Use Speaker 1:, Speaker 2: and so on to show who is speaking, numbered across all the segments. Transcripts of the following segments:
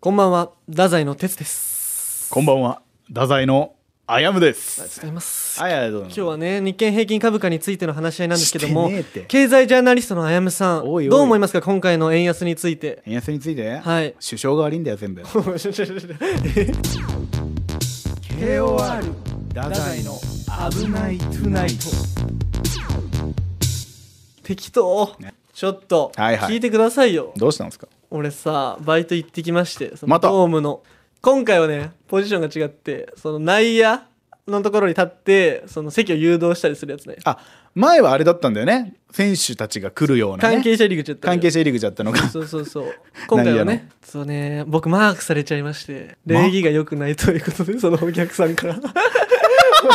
Speaker 1: こんばんは、太宰の哲です。
Speaker 2: こんばんは、太宰のあやむで
Speaker 1: ありがとう
Speaker 2: す。
Speaker 1: ございます。
Speaker 2: あやどうも
Speaker 1: 今日はね、日経平均株価についての話し合いなんですけども
Speaker 2: してねえって、
Speaker 1: 経済ジャーナリストのあやむさん、
Speaker 2: おいおい
Speaker 1: どう思いますか、今回の円安について。
Speaker 2: 円安について、
Speaker 1: はい
Speaker 2: 首相が悪いんだよ、 全 部。
Speaker 1: KOR
Speaker 2: 太
Speaker 1: 宰の
Speaker 2: 危ないトゥナイト。
Speaker 1: 適当
Speaker 2: ね。
Speaker 1: ちょっと、
Speaker 2: はいはい
Speaker 1: 聞いてくださいよ。
Speaker 2: どうしたんですか
Speaker 1: 俺さ、バイト行ってきまして、その
Speaker 2: また
Speaker 1: ドームの。今回はね、ポジションが違って、その内野のところに立って、その席を誘導したりするやつね。
Speaker 2: あ、前はあれだったんだよね。選手たちが来るような、ね。
Speaker 1: 関係者入り口だったのよ
Speaker 2: 関係者入り口だったのが。
Speaker 1: そうそうそう。今回は
Speaker 2: 何や
Speaker 1: ね、そうね、僕マークされちゃいまして、礼儀が良くないということで、そのお客さん から。フ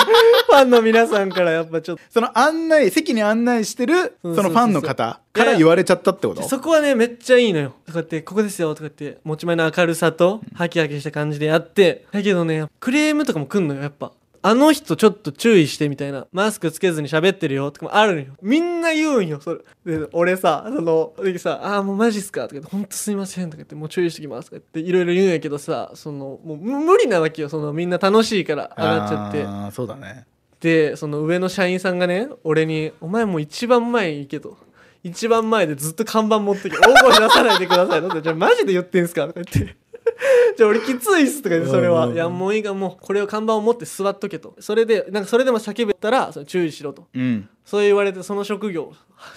Speaker 1: ァンの皆さんからやっぱちょっ
Speaker 2: その案内、席に案内してる、
Speaker 1: そ
Speaker 2: そ
Speaker 1: そ
Speaker 2: う
Speaker 1: うそうそう
Speaker 2: のファンの方か
Speaker 1: い
Speaker 2: ら
Speaker 1: や
Speaker 2: 言われちゃったってこと
Speaker 1: と。そこはね、めっちゃいいのよ。とかって、ここですよ、とかって、持ち前の明るさと、ハキハキした感じでやって。だけどね、クレームとかも来んのよ、やっぱ。あの人ちょっと注意してみたいな。マスクつけずに喋ってるよとかもあるのよ。みんな言うんよ、それ。で、俺さ、その、でさ、ああ、もうマジっすかとか言って、ほんとすいませんとか言って、もう注意してきますとか言って、いろいろ言うんやけどさ、その、もうむ無理なわけよ、その、みんな楽しいから上がっちゃって。
Speaker 2: あーそうだね。
Speaker 1: でその上の社員さんがね俺に「お前もう一番前に行け」と。一番前でずっと看板持ってきて「大声出さないでください」って「じゃあマジで言ってんすか?」とか言って「じゃあ俺きついっす」とか言ってそれ
Speaker 2: うんうん
Speaker 1: は「
Speaker 2: うん
Speaker 1: いやもういいからもうこれを看板を持って座っとけ」とそれでなんかそれでも叫べたらその注意しろと
Speaker 2: うん。
Speaker 1: そう言われてその職業を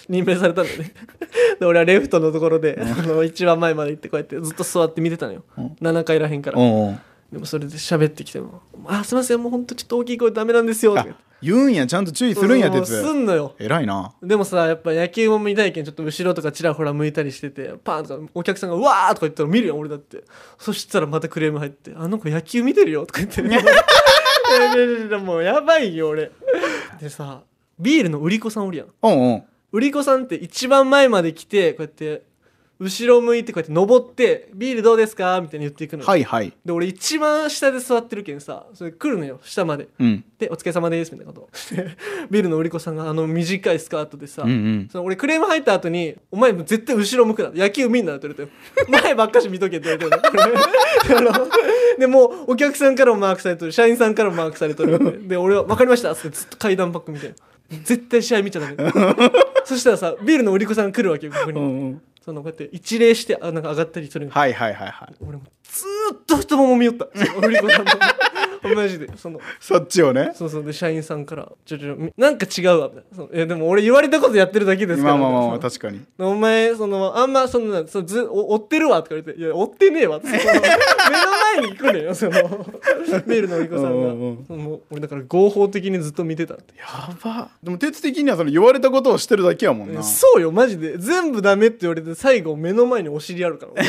Speaker 1: 任命されたんだよねで俺はレフトのところでその一番前まで行ってこうやってずっと座って見てたのよ
Speaker 2: うん
Speaker 1: 7階らへんから
Speaker 2: おうおう
Speaker 1: でもそれで喋ってきても「あすいませんもうほんとちょっと大きい声ダメなんですよ」とか
Speaker 2: あ
Speaker 1: 言って。
Speaker 2: 言うんや、ちゃんと注意するんや、
Speaker 1: そう
Speaker 2: 鉄。
Speaker 1: すんのよ
Speaker 2: 偉いな。
Speaker 1: でもさやっぱ野球も見たいけんちょっと後ろとかちらほら向いたりしててパーンとかお客さんが「うわー!」とか言ったら見るよ俺だってそしたらまたクレーム入って「あの子野球見てるよ」とか言って「いやいやいやいやもうやばいよ俺」でさビールの売り子さんおるやん
Speaker 2: おうんうん。
Speaker 1: 売り子さんって一番前まで来てこうやって後ろ向いてこうやって登って「ビールどうですか?」みたいに言っていくのよ、
Speaker 2: はいはい。
Speaker 1: で俺一番下で座ってるけんさそれ来るのよ下まで
Speaker 2: うん。
Speaker 1: で「お疲れ様です」みたいなことでビルの売り子さんがあの短いスカートでさ、
Speaker 2: うんうん。
Speaker 1: その俺クレーム入った後に「お前もう絶対後ろ向くな野球見んな」って言われて「前ばっかし見とけ」って言われてるの あのでもうお客さんからもマークされてる社員さんからもマークされてるで俺は「分かりました」っつってずっと階段バックみたいな絶対試合見ちゃダ メそしたらさビールの売り子さん来るわけよここに、
Speaker 2: うんうん。
Speaker 1: そのこうやって一礼してあなんか上がったりするの
Speaker 2: はいはいはいはい。
Speaker 1: 俺もずーっと太もも見よったその売り子さんのマジでその
Speaker 2: そっちをね。
Speaker 1: そうそうで社員さんから「ちょちょみなんか違うわ」みたいなその「いやでも俺言われたことやってるだけですから」
Speaker 2: まあまあまあまあ、
Speaker 1: みたいな
Speaker 2: 確かに。
Speaker 1: そのお前そのあんまそのなそのずお追ってるわ」とか言われて「いや追ってねえわ」ってその 目の前に来るのよそ のメールのおりこさんが
Speaker 2: うんうんうん
Speaker 1: そのもう俺だから合法的にずっと見てたって
Speaker 2: やば。でも、鉄的にはその言われたことをしてるだけやもんな。
Speaker 1: そうよマジで全部ダメって言われて最後目の前にお尻あるから俺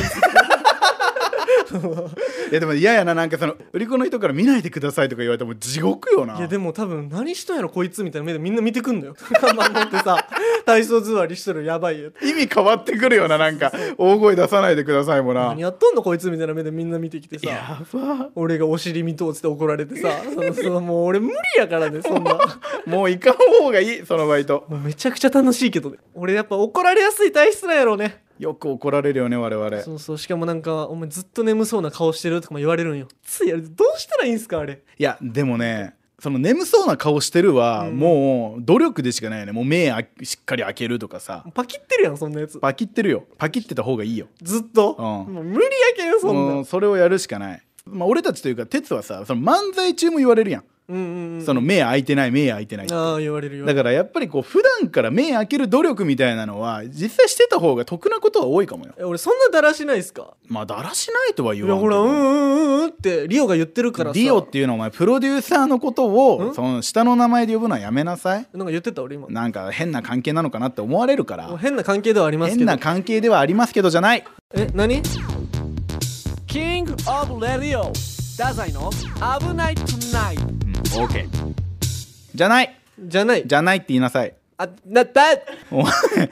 Speaker 2: いや、でも嫌やな、なんかその、売り子の人から見ないでくださいとか言われても地獄よな。
Speaker 1: いやでも多分何しとんやろこいつみたいな目でみんな見てくんのよ 看板持ってさ体操座りしとるやばいやつ
Speaker 2: 意味変わってくるよな、なんか。大声出さないでくださいもな。
Speaker 1: 何やっとんのこいつみたいな目でみんな見てきてさ
Speaker 2: やば。
Speaker 1: 俺がお尻見とうつって怒られてさそのそのもう俺無理やからねそんな
Speaker 2: もう行かん方がいい、そのバイト。
Speaker 1: もうめちゃくちゃ楽しいけどね俺やっぱ怒られやすい体質なんやろうね
Speaker 2: よく怒られるよね、我々。
Speaker 1: そうそうしかもなんかお前ずっと眠そうな顔してるとかも言われるんよついやどうしたらいいんすかあれ
Speaker 2: いや、でもね、その眠そうな顔してるは、
Speaker 1: うん
Speaker 2: もう努力でしかないよね。もう目あしっかり開けるとかさ。
Speaker 1: パキってるやんそんなやつ
Speaker 2: パキってるよ。パキってた方がいいよ。
Speaker 1: ずっと、
Speaker 2: うん
Speaker 1: もう無理やけんそんな
Speaker 2: もうそれをやるしかない。まあ、俺たちというか、鉄はさ、その漫才中も言われるやん。
Speaker 1: うんうんうん
Speaker 2: その目開いてない、目開いてないって。
Speaker 1: ああ言われるよ
Speaker 2: だからやっぱりこう普段から目開ける努力みたいなのは実際してた方が得なことは多いかもよ
Speaker 1: え俺そんなだらしないっすか
Speaker 2: まあだらしないとはい言わ
Speaker 1: や
Speaker 2: ん
Speaker 1: ほ
Speaker 2: け
Speaker 1: ら
Speaker 2: ど
Speaker 1: うんうんうんうんってリオが言ってるからさ
Speaker 2: ディオっていうのはお前プロデューサーのことを
Speaker 1: ん
Speaker 2: その下の名前で呼ぶのはやめなさい
Speaker 1: なんか言ってた俺今
Speaker 2: なんか変な関係なのかなって思われるか
Speaker 1: もう
Speaker 2: ら
Speaker 1: 変な関係ではありますけ
Speaker 2: 変
Speaker 1: ど
Speaker 2: な関係ではありますけどじゃない
Speaker 1: え何キングオブレディオダザイの危ないトゥナイト
Speaker 2: うん OK じゃない
Speaker 1: じゃない
Speaker 2: じゃないって言いなさい
Speaker 1: あなった
Speaker 2: お前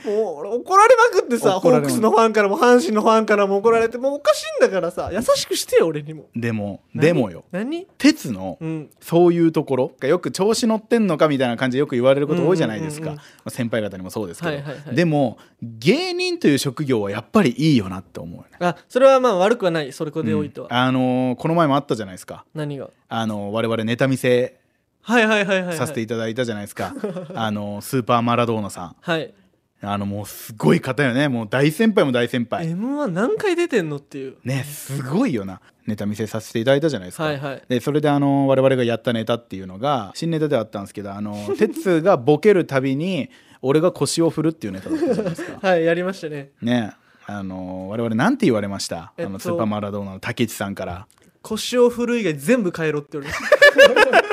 Speaker 1: もう俺怒られまくってさホ
Speaker 2: 怒ら
Speaker 1: ー
Speaker 2: れま
Speaker 1: ク
Speaker 2: く
Speaker 1: スのファンからも阪神のファンからも怒られてもうおかしいんだからさ優しくしてよ俺にも
Speaker 2: でも でもよ
Speaker 1: 何
Speaker 2: 鉄の
Speaker 1: うん
Speaker 2: そういうところがよく調子乗ってんのかみたいな感じでよく言われること多いじゃないですか、
Speaker 1: うんうんうんうん
Speaker 2: まあ先輩方にもそうですけど、
Speaker 1: はいはいはい
Speaker 2: でも芸人という職業はやっぱりいいよなって思うよね
Speaker 1: あそれはまあ悪くはないそれこでおいては、
Speaker 2: うんあのーこの前もあったじゃないですか
Speaker 1: 何が
Speaker 2: あのー我々ネタ見せ
Speaker 1: はいはいはいはい、はい、
Speaker 2: させていただいたじゃないですか、あのースーパーマラドーナさん
Speaker 1: はい
Speaker 2: あのもうすごい方よねもう大先輩も大先輩
Speaker 1: m 1何回出てんのっていう
Speaker 2: ねすごいよなネタ見せさせていただいたじゃないですか、
Speaker 1: はいはい
Speaker 2: でそれであの我々がやったネタっていうのが新ネタではあったんですけどあの 鉄がボケるたびに俺が腰を振るっていうネタだったじゃないですか
Speaker 1: はいやりましたね
Speaker 2: ねあの我々なんて言われました、
Speaker 1: えっ
Speaker 2: あ
Speaker 1: と
Speaker 2: のスーパーマラドーナの竹内さんから
Speaker 1: 腰を振る以外全部変えろって言われた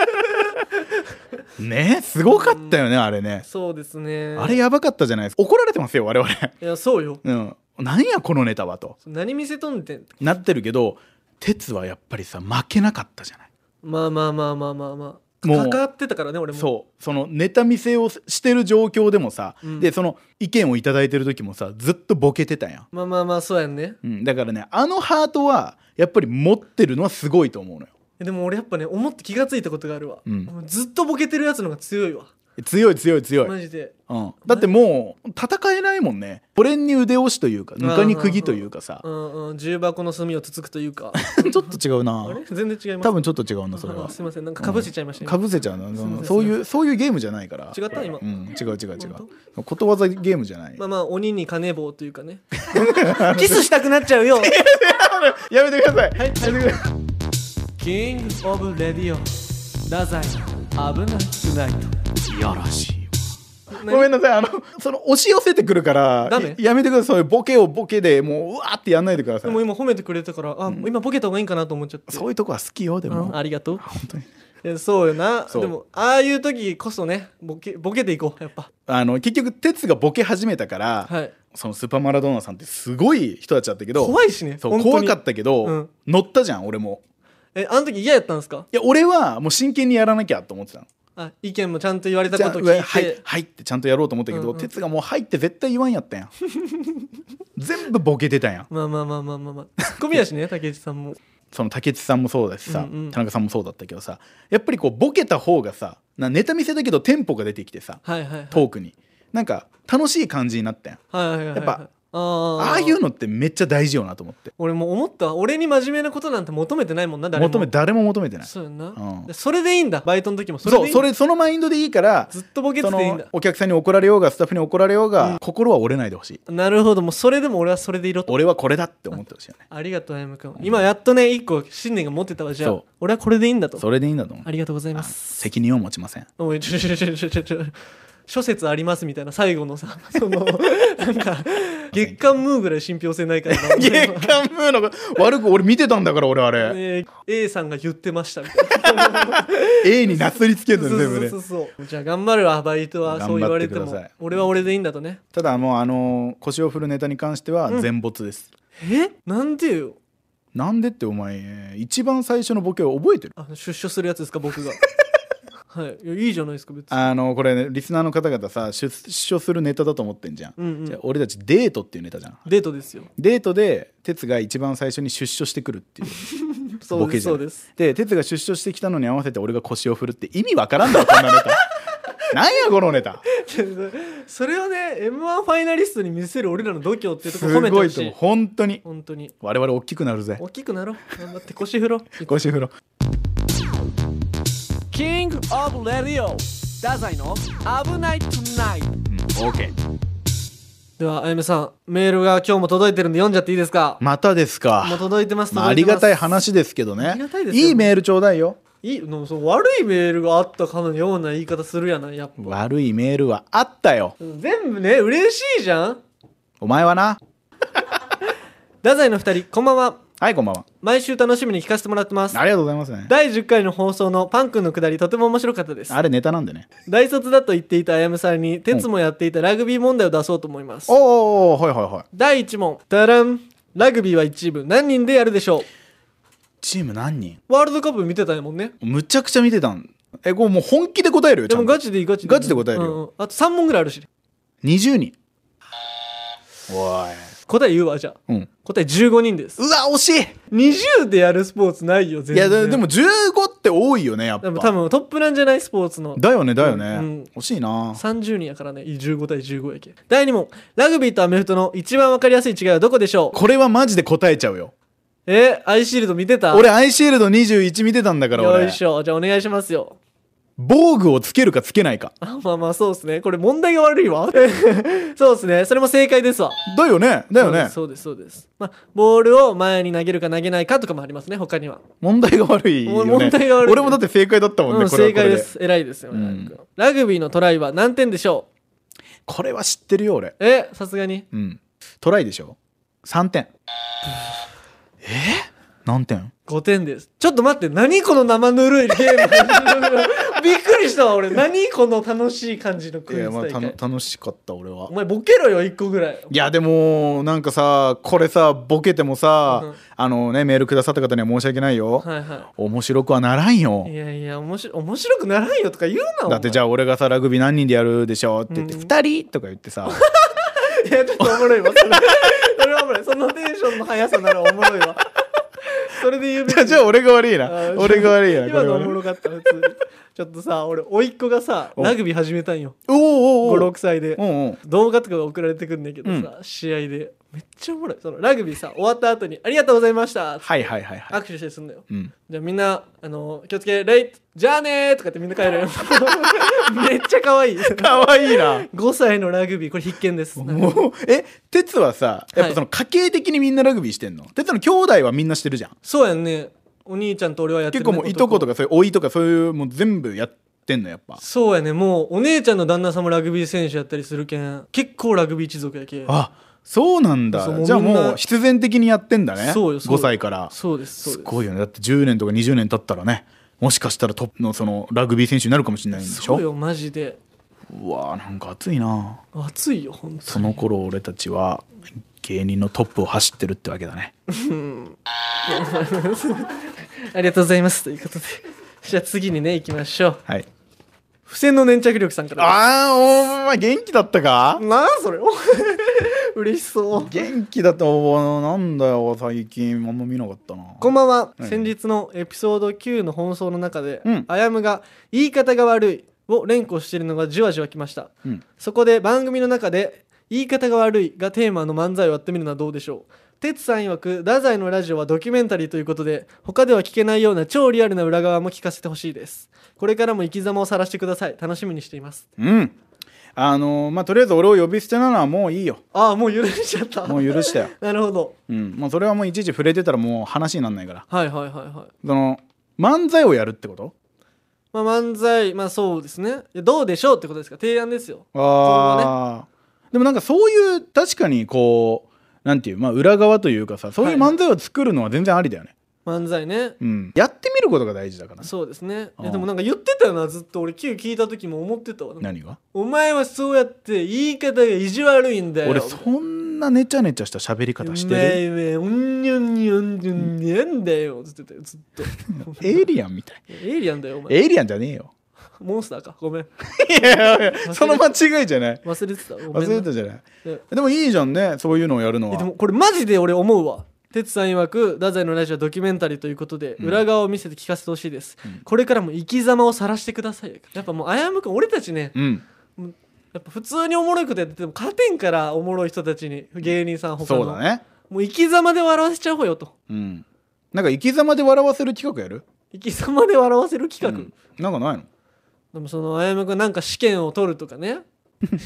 Speaker 2: ねすごかったよねあれね
Speaker 1: そうですね
Speaker 2: あれやばかったじゃないですか怒られてますよ我々
Speaker 1: いやそうよ
Speaker 2: うん何やこのネタはと
Speaker 1: 何見せとんねん
Speaker 2: なってるけど鉄はやっぱりさ負けなかったじゃない
Speaker 1: まあまあまあまあまあまあ
Speaker 2: もう
Speaker 1: かかってたからね俺も
Speaker 2: そうそのネタ見せをしてる状況でもさ、
Speaker 1: うん
Speaker 2: でその意見をいただいてる時もさずっとボケてたやん、
Speaker 1: まあまあまあそうやんね
Speaker 2: うん、だからねあのハートはやっぱり持ってるのはすごいと思うのよ
Speaker 1: でも俺やっぱね思って気がついたことがあるわ、
Speaker 2: うん
Speaker 1: もずっとボケてるやつの方が強いわ
Speaker 2: 強い強い強い、
Speaker 1: マジで
Speaker 2: うん、だってもう戦えないもんねこれに腕押しというかぬかに釘というかさ
Speaker 1: うんうん重箱の隅をつつくというか
Speaker 2: ちょっと違う
Speaker 1: あ
Speaker 2: な
Speaker 1: れ全然違います
Speaker 2: 多分ちょっと違うなそれ
Speaker 1: あ
Speaker 2: は
Speaker 1: すいませんなんかかぶせちゃいましたね、
Speaker 2: かぶせちゃう
Speaker 1: すいませ
Speaker 2: なんそういうそういうゲームじゃないから
Speaker 1: 違った今
Speaker 2: うん、違う違う違
Speaker 1: 本
Speaker 2: うことわざゲームじゃない
Speaker 1: まあまあ鬼に金棒というか ねキスしたくなっちゃうよ
Speaker 2: やめてください
Speaker 1: はい、キングオブレディオ太宰危なくない
Speaker 2: いやらしい
Speaker 1: ね
Speaker 2: ごめんなさいあのその押し寄せてくるから
Speaker 1: ダメ
Speaker 2: いやめてくださいそういうボケをボケでもううわーってやんないでくださ
Speaker 1: で
Speaker 2: い
Speaker 1: も今褒めてくれたからあ、今ボケた方がいいんかなと思っちゃって
Speaker 2: そういうとこは好きよでも
Speaker 1: あありがとう
Speaker 2: 本当に
Speaker 1: いやそうよな
Speaker 2: そう
Speaker 1: でもああいう時こそねボケボケていこうやっぱ
Speaker 2: あの結局鉄がボケ始めたから、
Speaker 1: はい
Speaker 2: そのスーパーマラドーナさんってすごい人たちだったけど
Speaker 1: 怖いしね
Speaker 2: そう
Speaker 1: 本当
Speaker 2: 怖
Speaker 1: に
Speaker 2: かったけど、
Speaker 1: うん
Speaker 2: 乗ったじゃん俺も
Speaker 1: えあの時嫌やったんですか
Speaker 2: いや俺はもう真剣にやらなきゃと思ってたの
Speaker 1: あ意見もちゃんと言われた
Speaker 2: じゃあ
Speaker 1: こと聞い
Speaker 2: 上
Speaker 1: て
Speaker 2: はい、はいってちゃんとやろうと思ったけど、
Speaker 1: うんうん
Speaker 2: 鉄がもう「はい」って絶対言わんやったやん全部ボケてたやん
Speaker 1: まあまあまあまあまあま あツッコミやしね竹内さんも
Speaker 2: その竹内さんもそうだしさ、
Speaker 1: うんうん
Speaker 2: 田中さんもそうだったけどさやっぱりこうボケた方がさなネタ見せだけどテンポが出てきてさ
Speaker 1: はいはいはい
Speaker 2: トークになんか楽しい感じになったやん
Speaker 1: はいはいはいはい
Speaker 2: やっぱ
Speaker 1: あー
Speaker 2: ああいうのってめっちゃ大事よなと思って
Speaker 1: 俺もう思ったわ俺に真面目なことなんて求めてないもんな誰も
Speaker 2: 求め誰も求めてないそ
Speaker 1: そうやんな、
Speaker 2: うん
Speaker 1: でそれでいいんだバイトの時もそれでいい
Speaker 2: うん
Speaker 1: だ
Speaker 2: それそのマインドでいいから
Speaker 1: ずっとボケて
Speaker 2: そ
Speaker 1: ていいん
Speaker 2: の
Speaker 1: だ
Speaker 2: お客さんに怒られようがスタッフに怒られようが、心は折れないでほしい
Speaker 1: なるほどもうそれでも俺はそれでいろと
Speaker 2: 俺はこれだって思ってほしいよね
Speaker 1: ありがとう歩夢君、今やっとね一個信念が持ってたわじゃあ
Speaker 2: そう
Speaker 1: 俺はこれでいいんだと
Speaker 2: それでいいんだと思う
Speaker 1: ありがとうございま
Speaker 2: あ
Speaker 1: す
Speaker 2: 責任を持ちません
Speaker 1: おいちょちょちょちょちょちょ諸説ありますみたいな最後の さそのなんか月刊ムーぐらい信憑性ないから な
Speaker 2: 月刊ムーの悪く俺見てたんだから俺あれ
Speaker 1: えー A さんが言ってましたみたいな
Speaker 2: A になすりつけて
Speaker 1: そ
Speaker 2: る
Speaker 1: う
Speaker 2: 全部
Speaker 1: そう
Speaker 2: ね
Speaker 1: そうそうじゃあ頑張るわバイトはそう言われて
Speaker 2: 頑
Speaker 1: も
Speaker 2: 張ってください
Speaker 1: 俺は俺でいいんだとね
Speaker 2: ただもうあのー腰を振るネタに関しては全没です、
Speaker 1: えなんでよ
Speaker 2: なんでってお前一番最初のボケを覚えてる
Speaker 1: あの出所するやつですか僕 がはいいやいいじゃないですか別に
Speaker 2: あのこれ、ね、リスナーの方々さ出出所するネタだと思ってんじゃん、
Speaker 1: うんうん
Speaker 2: じゃあ俺たちデートっていうネタじゃん
Speaker 1: デートですよ
Speaker 2: デートで哲が一番最初に出所してくるっていう
Speaker 1: そう
Speaker 2: ボ
Speaker 1: で
Speaker 2: ケ
Speaker 1: す
Speaker 2: じゃん
Speaker 1: そうです
Speaker 2: で哲が出所してきたのに合わせて俺が腰を振るって意味わからんだろこんなネタ なんやこのネタ
Speaker 1: それをね m 1ファイナリストに見せる俺らの度胸っていうと
Speaker 2: す
Speaker 1: こ褒めて
Speaker 2: ご
Speaker 1: ほ
Speaker 2: い
Speaker 1: し
Speaker 2: と思う
Speaker 1: い
Speaker 2: 本当に
Speaker 1: 本当に
Speaker 2: 我々大きくなるぜ
Speaker 1: 大きくなろう頑張って腰振ろう
Speaker 2: 腰振ろう
Speaker 1: キングオブレディオ太宰の危ないトゥナイト
Speaker 2: うん OK
Speaker 1: ではあやめさんメールが今日も届いてるんで読んじゃっていいですか
Speaker 2: またですか
Speaker 1: もう届いてます
Speaker 2: まあ、あ
Speaker 1: 届
Speaker 2: り
Speaker 1: てます
Speaker 2: がたい話ですけどね
Speaker 1: ありがたいですよ
Speaker 2: いメールちょうだいよ
Speaker 1: いいのそう悪いメールがあったかのような言い方するやなやっぱ
Speaker 2: 悪いメールはあったよ
Speaker 1: 全部ね嬉しいじゃん
Speaker 2: お前はな
Speaker 1: 太宰の二人こんばんは
Speaker 2: はいこんばんは
Speaker 1: 毎週楽しみに聞かせてもらってます
Speaker 2: ありがとうございますね
Speaker 1: 第10回の放送のパン君のくだりとても面白かったです
Speaker 2: あれネタなんでね
Speaker 1: 大卒だと言っていたあやむさんに鉄もやっていたラグビー問題を出そうと思います
Speaker 2: おおはいはいはい
Speaker 1: 第1問ダランラグビーは一部何人でやるでしょ
Speaker 2: チーム何人
Speaker 1: うワールドカップ見てたんやもんね
Speaker 2: むちゃくちゃ見てたんえこうもう本気で答えるよち
Speaker 1: で
Speaker 2: ゃ
Speaker 1: も
Speaker 2: んと
Speaker 1: ガチでいいガチでいい
Speaker 2: ガチで答えるよ
Speaker 1: うんうんあと3問ぐらいあるし
Speaker 2: 20人おい
Speaker 1: 答え言うわじゃあ
Speaker 2: うん
Speaker 1: 答え15人です
Speaker 2: うわ惜しい
Speaker 1: 20でやるスポーツないよ全
Speaker 2: いや
Speaker 1: 然
Speaker 2: ででも15って多いよねやっ
Speaker 1: で
Speaker 2: ぱ
Speaker 1: も多分トップなんじゃないスポーツの
Speaker 2: だよねだよね、
Speaker 1: うん
Speaker 2: 惜しいな
Speaker 1: 30人やからね15対15やけ第2問ラグビーとアメフトの一番わかりやすい違いはどこでしょう
Speaker 2: これはマジで答えちゃうよ
Speaker 1: えアイシールド見てた
Speaker 2: 俺アイシールド21見てたんだから
Speaker 1: よ
Speaker 2: 俺
Speaker 1: いしょじゃあお願いしますよ
Speaker 2: 防具をつけるかつけないか
Speaker 1: あまあまあそうですねこれ問題が悪いわ そうですねそれも正解ですわ
Speaker 2: だよねだよね
Speaker 1: そうですそうですそうですまあボールを前に投げるか投げないかとかもありますね他には
Speaker 2: 問題が悪いよ、ね、
Speaker 1: 問題が悪い
Speaker 2: 俺もだって正解だったもんね、
Speaker 1: うん
Speaker 2: これは
Speaker 1: 正
Speaker 2: これ
Speaker 1: 解
Speaker 2: で
Speaker 1: です偉いですよね、
Speaker 2: うん
Speaker 1: ラグ君ラグビーのトライは何点でしょ
Speaker 2: これは知ってるよ俺
Speaker 1: うえさすがに
Speaker 2: うんトライでしょ3点え何点
Speaker 1: 5点ですちょっと待って何この生ぬるいゲーム びっくりしたわ俺何この楽しい感じのクイズ大
Speaker 2: た
Speaker 1: 会、
Speaker 2: 楽しかった俺は
Speaker 1: お前ボケろよ1個ぐらい
Speaker 2: いやでもなんかさこれさボケてもさ、
Speaker 1: うん
Speaker 2: あのねメールくださった方には申し訳ないよ、
Speaker 1: はいは
Speaker 2: 面白くはならんよ
Speaker 1: いいやいや面白面白くならんよとか言うな
Speaker 2: だってじ
Speaker 1: ゃ
Speaker 2: ゃあ俺がさラグビー何人でやるでしょって言って
Speaker 1: うん
Speaker 2: 2人とか言ってさ
Speaker 1: いやちょっとおもろいわそれそれはおもろいそのテンションの速さならおもろいわそれで言うべき
Speaker 2: じゃあじゃあ俺が悪いな
Speaker 1: あー
Speaker 2: 俺が悪い な
Speaker 1: 今のおも
Speaker 2: これは
Speaker 1: ろかった普通 にちょっとさ俺甥っ子がさ
Speaker 2: お
Speaker 1: ラグビー始めたんよ
Speaker 2: おうおうおう
Speaker 1: 56歳で
Speaker 2: うんうん
Speaker 1: 動画とかが送られてくんだけどさ、試合でめっちゃおもろいそのラグビーさ終わった後に「ありがとうございました」
Speaker 2: はいはいはいはい
Speaker 1: 握手してすんだよ
Speaker 2: うん
Speaker 1: じゃあみんなあの気をつけレイじゃあねーとかってみんな帰 るよめっちゃ可愛い
Speaker 2: かわいいな
Speaker 1: 5歳のラグビーこれ必見です
Speaker 2: もうえ哲はさやっぱその家系的にみんなラグビーしてんの哲の兄弟はみんなしてるじゃん
Speaker 1: そうやんねお兄ちゃんと俺はやって
Speaker 2: 結
Speaker 1: る、ね、
Speaker 2: 構もういとこと
Speaker 1: か
Speaker 2: かそういう甥とかそういうもう全部やってんのやっぱ
Speaker 1: そうやねもうお姉ちゃんの旦那さんもラグビー選手やったりするけん結構ラグビー一族やけん
Speaker 2: あそうなんだ
Speaker 1: そうもう
Speaker 2: じゃあ
Speaker 1: みんな
Speaker 2: もう必然的にやってんだね
Speaker 1: そうよそうよ
Speaker 2: 5歳から
Speaker 1: そうですそう
Speaker 2: す
Speaker 1: です
Speaker 2: ごいよねだって10年とか20年経ったらねもしかしたらトップのそのラグビー選手になるかもしれないんでし
Speaker 1: そう
Speaker 2: ょ
Speaker 1: よマジで
Speaker 2: うわーなんか熱いな
Speaker 1: 熱いよ本当
Speaker 2: その頃俺たちは芸人のトップを走ってるってわけだね
Speaker 1: ありがとうございますということで じゃあ次にね行きましょう
Speaker 2: はい
Speaker 1: 付箋の粘着力さんから
Speaker 2: あーお前元気だったか
Speaker 1: なあそれ 嬉しそう
Speaker 2: 元気だとなんだよ最近あんま見なかったな
Speaker 1: こんばんは、
Speaker 2: はい
Speaker 1: 先日のエピソード9の放送の中で、
Speaker 2: うん
Speaker 1: あやむが「言い方が悪い」を連呼しているのがじわじわきました
Speaker 2: うん
Speaker 1: そこで番組の中で「言い方が悪い」がテーマの漫才をやってみるのはどうでしょう哲さん曰く太宰のラジオはドキュメンタリーということで他では聞けないような超リアルな裏側も聞かせてほしいですこれからも生き様を晒してください楽しみにしています
Speaker 2: うんあのーまあとりあえず俺を呼び捨てなのはもういいよ
Speaker 1: ああもう許しちゃった
Speaker 2: もう許 したよ
Speaker 1: なるほど
Speaker 2: うんもうそれはもういちいち触れてたらもう話になんないから
Speaker 1: はいはいはいはい
Speaker 2: その漫才をやるってこと
Speaker 1: まあ漫才まあそうですねいやどうでしょうってことですか提案ですよ
Speaker 2: あーでもなんかそういう確かにこうなんていうまあ裏側というかさそういう漫才を作るのは全然ありだよね、
Speaker 1: 漫才ね
Speaker 2: うん、やってみることが大事だからね
Speaker 1: そうですねいや
Speaker 2: うん
Speaker 1: でもなんか言ってたよなずっと俺 Q 聞いた時も思ってたわ
Speaker 2: 何が
Speaker 1: お前はそうやって言い方が意地悪いんだよ
Speaker 2: 俺そんなねちゃねちゃした喋り方してる
Speaker 1: うめいうめえうんにゅんにゅんにゅんにゅんだよつってたよずっと
Speaker 2: エイリアンみたい
Speaker 1: エイリアンだよお前
Speaker 2: エイリアンじゃねえよ
Speaker 1: モンスターかごめん
Speaker 2: いやいやいやその間違いじゃない
Speaker 1: 忘れてたごめ
Speaker 2: 忘
Speaker 1: んな
Speaker 2: れたじゃない
Speaker 1: え
Speaker 2: でもいいじゃんねそういうのをやるの
Speaker 1: えで
Speaker 2: は
Speaker 1: もこれマジで俺思うわ哲さん曰く太宰のラジオはドキュメンタリーということで、裏側を見せて聞かせてほしいです、これからも生き様を晒してくださいよやっぱもうあやむくん俺たちね
Speaker 2: うん
Speaker 1: やっぱ普通におもろいことやってても勝てんからおもろい人たちに芸人さん他の
Speaker 2: そうだね
Speaker 1: もう生き様で笑わせちゃおうよと
Speaker 2: うんなんか生き様で笑わせる企画やる
Speaker 1: 生き様で笑わせる企画、
Speaker 2: うんなんかないの
Speaker 1: でもそのあやむくんなんか試験を取るとか ね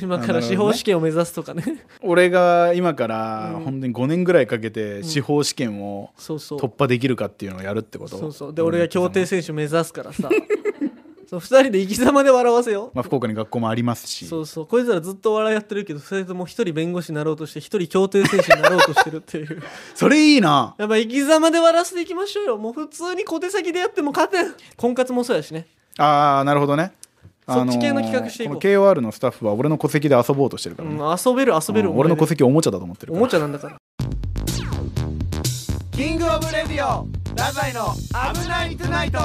Speaker 1: 今から司法試験を目指すとかね
Speaker 2: 俺が今から
Speaker 1: うん
Speaker 2: 本当に5年ぐらいかけて司法試験を
Speaker 1: そうそう
Speaker 2: 突破できるかっていうのをやるってこと
Speaker 1: そうそうで俺が競艇選手目指すから さそう2人で生き様で笑わせよう
Speaker 2: まあ、福岡に学校もありますし
Speaker 1: そうそうこいつらずっとお笑いやってるけどそれとも一人弁護士になろうとして一人競艇選手になろうとしてるっていう
Speaker 2: それいいな
Speaker 1: やっぱ生き様で笑わせていきましょうよもう普通に小手先でやっても勝てん婚活もそうやしね
Speaker 2: ああなるほどね
Speaker 1: そっち系の企画していこう
Speaker 2: あのーの KOR のスタッフは俺の戸籍で遊ぼうとしてるか
Speaker 1: う
Speaker 2: ら、
Speaker 1: ん
Speaker 2: ね
Speaker 1: 遊べる遊べる、
Speaker 2: う
Speaker 1: お
Speaker 2: ん
Speaker 1: 前
Speaker 2: 俺の戸
Speaker 1: で
Speaker 2: 籍おもちゃだと思ってる
Speaker 1: お
Speaker 2: から
Speaker 1: もちゃなんだから
Speaker 2: キングオブレディオラザイの危ないトゥナイト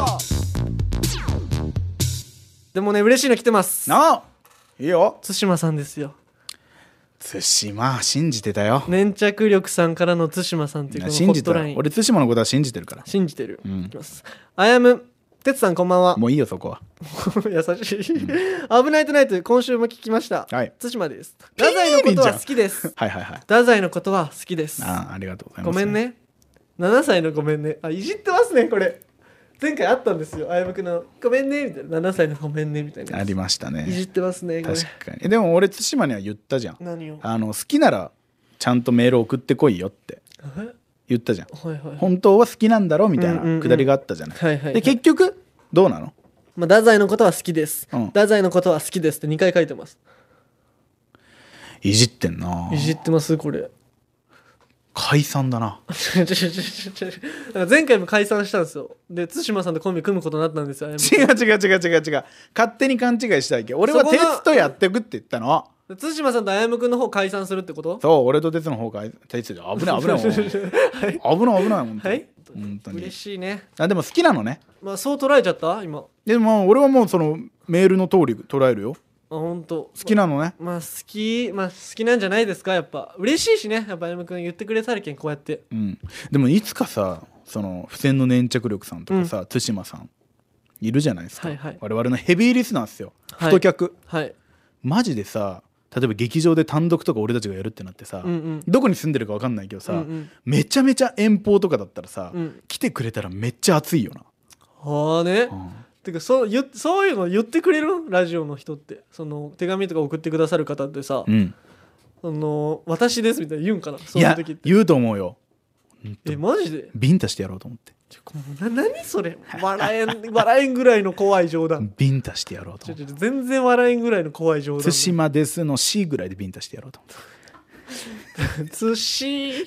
Speaker 1: でもね嬉しいの来てます
Speaker 2: なあいいよ
Speaker 1: 対馬さんですよ
Speaker 2: 対馬信じてたよ、
Speaker 1: 粘着力さんからの対馬さんっていうこのホ
Speaker 2: 信じ
Speaker 1: ッ
Speaker 2: て
Speaker 1: ト
Speaker 2: た
Speaker 1: ライン
Speaker 2: 俺対馬のことは信じてるから
Speaker 1: 信じてる、
Speaker 2: うん
Speaker 1: いきますあやむてつさんこんばんは
Speaker 2: もういいよそこは
Speaker 1: 優しい「危ないトナイト」今週も聞きました
Speaker 2: はい
Speaker 1: 対馬です太宰のことは好きです
Speaker 2: はいはいはい
Speaker 1: 太宰のことは好きです
Speaker 2: ああありがとうございま
Speaker 1: ご
Speaker 2: す
Speaker 1: めんね7歳のごめんねあいじってますねこれ前回あったんですよあやむくんの「ごめんね」みたいな7歳のごめんねみたいな
Speaker 2: ありました
Speaker 1: いじ
Speaker 2: ね
Speaker 1: ってますねこれ
Speaker 2: 確かにえでも俺対馬には言ったじゃん
Speaker 1: 何を
Speaker 2: あの好きならちゃんとメール送ってこいよって
Speaker 1: えはい
Speaker 2: 言ったじゃん
Speaker 1: はいはい
Speaker 2: 本当は好きなんだろみたい
Speaker 1: うんうんうん
Speaker 2: なくだりがあったじゃない、
Speaker 1: はいはい
Speaker 2: で結局どうなの
Speaker 1: まあ、太宰のことは好きです、
Speaker 2: うん
Speaker 1: 太宰のことは好きですって2回書いてます
Speaker 2: いじってんない
Speaker 1: じってますこれ
Speaker 2: 解散だな
Speaker 1: ちょちょちょちょちょなんか前回も解散したんですよで対馬さんとコンビ組むことになったんですよあやむ
Speaker 2: 違う違う違う違う違う勝手に勘違いしたいけ俺は
Speaker 1: そこ
Speaker 2: 鉄
Speaker 1: が
Speaker 2: とやってくって言ったの
Speaker 1: で対馬さんとあやむくんの方解散するってこと
Speaker 2: そう俺と鉄の方が鉄で危ない危ないもん危ない危ないもん
Speaker 1: はい
Speaker 2: 本当に
Speaker 1: 嬉しいね
Speaker 2: あでも好きなのね
Speaker 1: まあそう捉えちゃった今あ
Speaker 2: でも俺はもうそのメールの通り捉えるよ
Speaker 1: 本当
Speaker 2: 好きなのね
Speaker 1: まあ好きまあ好きなんじゃないですかやっぱ嬉しいしねやっぱあやむくん言ってくれたらけんこうやって
Speaker 2: うんでもいつかさその付箋の粘着力さんとかさ対馬、さんいるじゃないですか、
Speaker 1: はいはい
Speaker 2: 我々のヘビーリスナーっすよ
Speaker 1: はい
Speaker 2: 太客、
Speaker 1: はい
Speaker 2: マジでさ例えば劇場で単独とか俺たちがやるってなってさ、
Speaker 1: うんうん
Speaker 2: どこに住んでるか分かんないけどさ、
Speaker 1: うんうん
Speaker 2: めちゃめちゃ遠方とかだったらさ、
Speaker 1: うん
Speaker 2: 来てくれたらめっちゃ熱いよ
Speaker 1: はあね
Speaker 2: な、うん
Speaker 1: てかそう言っそういうの言ってくれるラジオの人ってその手紙とか送ってくださる方ってさ、あの私ですみたいな言うんかなそ
Speaker 2: いう
Speaker 1: いう
Speaker 2: や
Speaker 1: 時って
Speaker 2: 言うと思うようんと
Speaker 1: えマジで
Speaker 2: ビンタしてやろうと思って
Speaker 1: ちょこな何それ笑えん 笑えんぐらいの怖い冗談
Speaker 2: ビンタしてやろうと
Speaker 1: ちょ
Speaker 2: 思っ
Speaker 1: ち
Speaker 2: て
Speaker 1: ょちょ全然笑えんぐらいの怖い冗談
Speaker 2: 対馬ですの C ぐらいでビンタしてやろうと思って
Speaker 1: つ し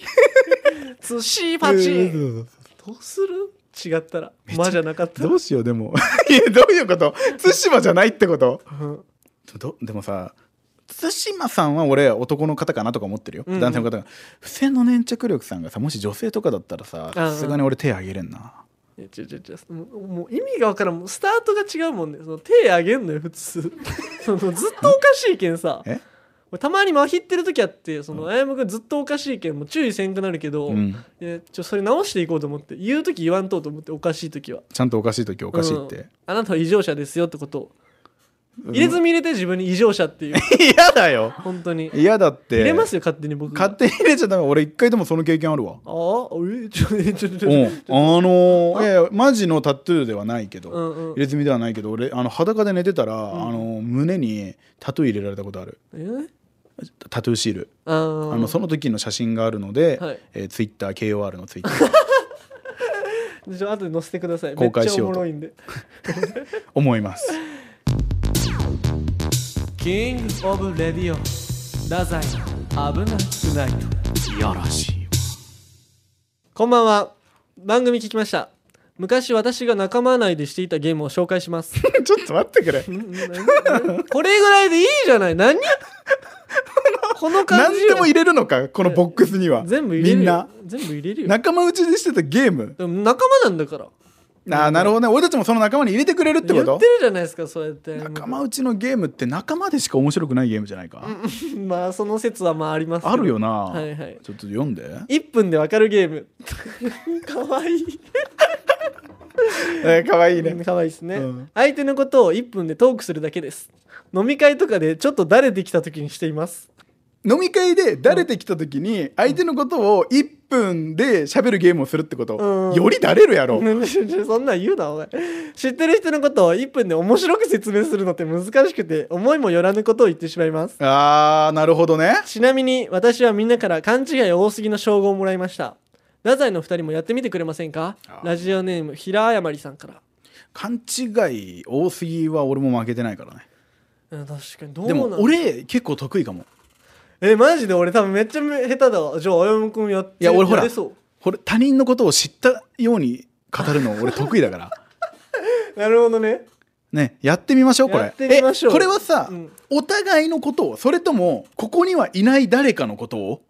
Speaker 1: つしパチン
Speaker 2: うん
Speaker 1: どうする違ったら間じゃなかったら
Speaker 2: どうしようでも いやどういうこと対馬じゃないってこと
Speaker 1: うん
Speaker 2: どでもさ対馬さんは俺男の方かなとか思ってるよ、
Speaker 1: うんうん
Speaker 2: 男性の方が付箋の粘着力さんがさもし女性とかだったらさ
Speaker 1: うんうん
Speaker 2: さすがに俺手あげれんな、
Speaker 1: いやちょちょちょもうもう意味が分からんもうスタートが違うもんねその手あげんのよ普通 そのずっとおかしいけんさ
Speaker 2: え
Speaker 1: 俺たまにまひってる時あってそのあやむくんずっとおかしいけんもう注意せんくなるけど、
Speaker 2: うん、
Speaker 1: いやちょそれ直していこうと思って言う時言わんとうと思っておかしい時は
Speaker 2: ちゃんとおかしい時お
Speaker 1: お
Speaker 2: かしいって、
Speaker 1: あなたは異常者ですよってことを入れ墨入れて自分に異常者っていう
Speaker 2: 嫌だよ
Speaker 1: 本当に入
Speaker 2: 嫌だって
Speaker 1: れますよ勝手に僕
Speaker 2: 勝
Speaker 1: が
Speaker 2: 手に入れちゃダメ俺一回でもその経験ある
Speaker 1: あ
Speaker 2: わ
Speaker 1: あえちょえちょちょち
Speaker 2: うん
Speaker 1: ょ
Speaker 2: あのーいやいやマジのタトゥーではないけど、
Speaker 1: うんうん
Speaker 2: 入れ墨ではないけど俺あの裸で寝てたら、あのー胸にタトゥー入れられたことある
Speaker 1: え
Speaker 2: タトゥーシール
Speaker 1: あー
Speaker 2: あのその時の写真があるので、
Speaker 1: はい
Speaker 2: えー、ツイッター KOR のツイッター
Speaker 1: じゃあ後で載せてください
Speaker 2: 公開しよう
Speaker 1: めっちゃおも
Speaker 2: と
Speaker 1: ろいんで
Speaker 2: 思います
Speaker 1: キングオブレディオ太宰危なくないと
Speaker 2: いやらしい
Speaker 1: こんばんは番組聞きました昔私が仲間内でしていたゲームを紹介します
Speaker 2: わ ちょっと待ってくれ
Speaker 1: これぐらいでいいじゃない 何この感じ
Speaker 2: 何
Speaker 1: よ
Speaker 2: でも入れるのかこのボックスには
Speaker 1: 全部入れる
Speaker 2: みん
Speaker 1: よ
Speaker 2: な
Speaker 1: 全部入れるよ
Speaker 2: 仲間内でしてたゲーム
Speaker 1: でも仲間なんだから
Speaker 2: ああなるほどね俺たちもその仲間に入れてくれるって
Speaker 1: 言
Speaker 2: こ
Speaker 1: っ
Speaker 2: と
Speaker 1: てるじゃないですかそうやって
Speaker 2: 仲間内のゲームって仲間でしか面白くないゲームじゃないか、
Speaker 1: まあその説はまあありますけど
Speaker 2: あるよな、
Speaker 1: はいはい
Speaker 2: ちょっと読んで、
Speaker 1: 1分でわかるゲーム かわいい
Speaker 2: えー、かわいいね
Speaker 1: 可愛いですね、
Speaker 2: うん
Speaker 1: 相手のことを1分でトークするだけです飲み会とかでちょっとだれてきた時にしています
Speaker 2: 飲み会でだれてきた時に相手のことを1分で喋るゲームをするってこと、
Speaker 1: うん
Speaker 2: よりだれるやろ、
Speaker 1: そんなん言うなお前知ってる人のことを1分で面白く説明するのって難しくて思いもよらぬことを言ってしまいます
Speaker 2: あーなるほどね
Speaker 1: ちなみに私はみんなから勘違い多すぎの称号をもらいました太宰の2人もやってみてくれませんか
Speaker 2: あ
Speaker 1: ラジオネーム平誤りさんから
Speaker 2: 勘違い多すぎは俺も負けてないからね
Speaker 1: うん確かにどう
Speaker 2: で
Speaker 1: な
Speaker 2: も
Speaker 1: の
Speaker 2: 俺結構得意かも
Speaker 1: えマジで俺多分めっちゃ下手だわじゃああやむくんやって
Speaker 2: いや俺ほら
Speaker 1: れそう
Speaker 2: これ他人のことを知ったように語るの俺得意だから
Speaker 1: なるほどね
Speaker 2: ねやってみましょうこれ
Speaker 1: やってみましょう
Speaker 2: えこれはさ、
Speaker 1: うん
Speaker 2: お互いのことをそれともここにはいない誰かのことを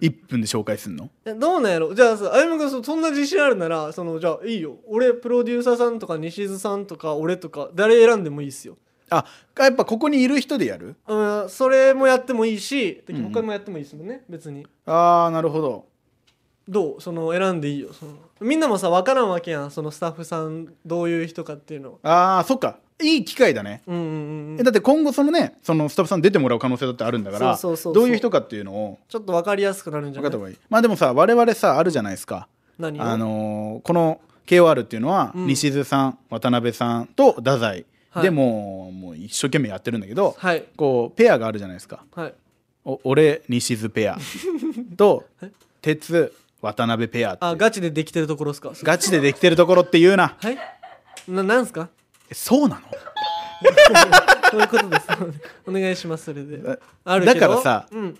Speaker 2: 1分で紹介するの
Speaker 1: えどうなんやろじゃあさあやむくんそそんな自信あるならそのじゃあいいよ俺プロデューサーさんとか西津さんとか俺とか誰選んでもいいっすよ
Speaker 2: あやっぱここにいる人でやる
Speaker 1: うん、それもやってもいいし
Speaker 2: うんうん
Speaker 1: 他もやってもいいですもんね、別に
Speaker 2: ああなるほど
Speaker 1: どうその選んでいいよそのみんなもさ分からんわけやんそのスタッフさんどういう人かっていうのは
Speaker 2: ああそっかいい機会だね、
Speaker 1: うんうんうん
Speaker 2: えだって今後そのねそのスタッフさん出てもらう可能性だってあるんだから
Speaker 1: そうそうそうそう
Speaker 2: どういう人かっていうのを
Speaker 1: ちょっと分かりやすくなるんじゃ
Speaker 2: 分
Speaker 1: な
Speaker 2: か
Speaker 1: い
Speaker 2: った方がいいまあでもさ我々さあるじゃないですか
Speaker 1: 何を
Speaker 2: あのーこの KOR っていうのは、
Speaker 1: うん
Speaker 2: 西津さん渡辺さんと太宰
Speaker 1: はい
Speaker 2: でも,、もう一生懸命やってるんだけど、
Speaker 1: はい
Speaker 2: こうペアがあるじゃないですか
Speaker 1: はい
Speaker 2: お俺西津ペアと鉄渡辺ペアって
Speaker 1: あガチでできてるところっすか
Speaker 2: ガチでできてるところって言うな
Speaker 1: はいななんすか
Speaker 2: えそうなの
Speaker 1: そういうことです お願いしますそれで
Speaker 2: え
Speaker 1: あるけど
Speaker 2: だからさ
Speaker 1: うん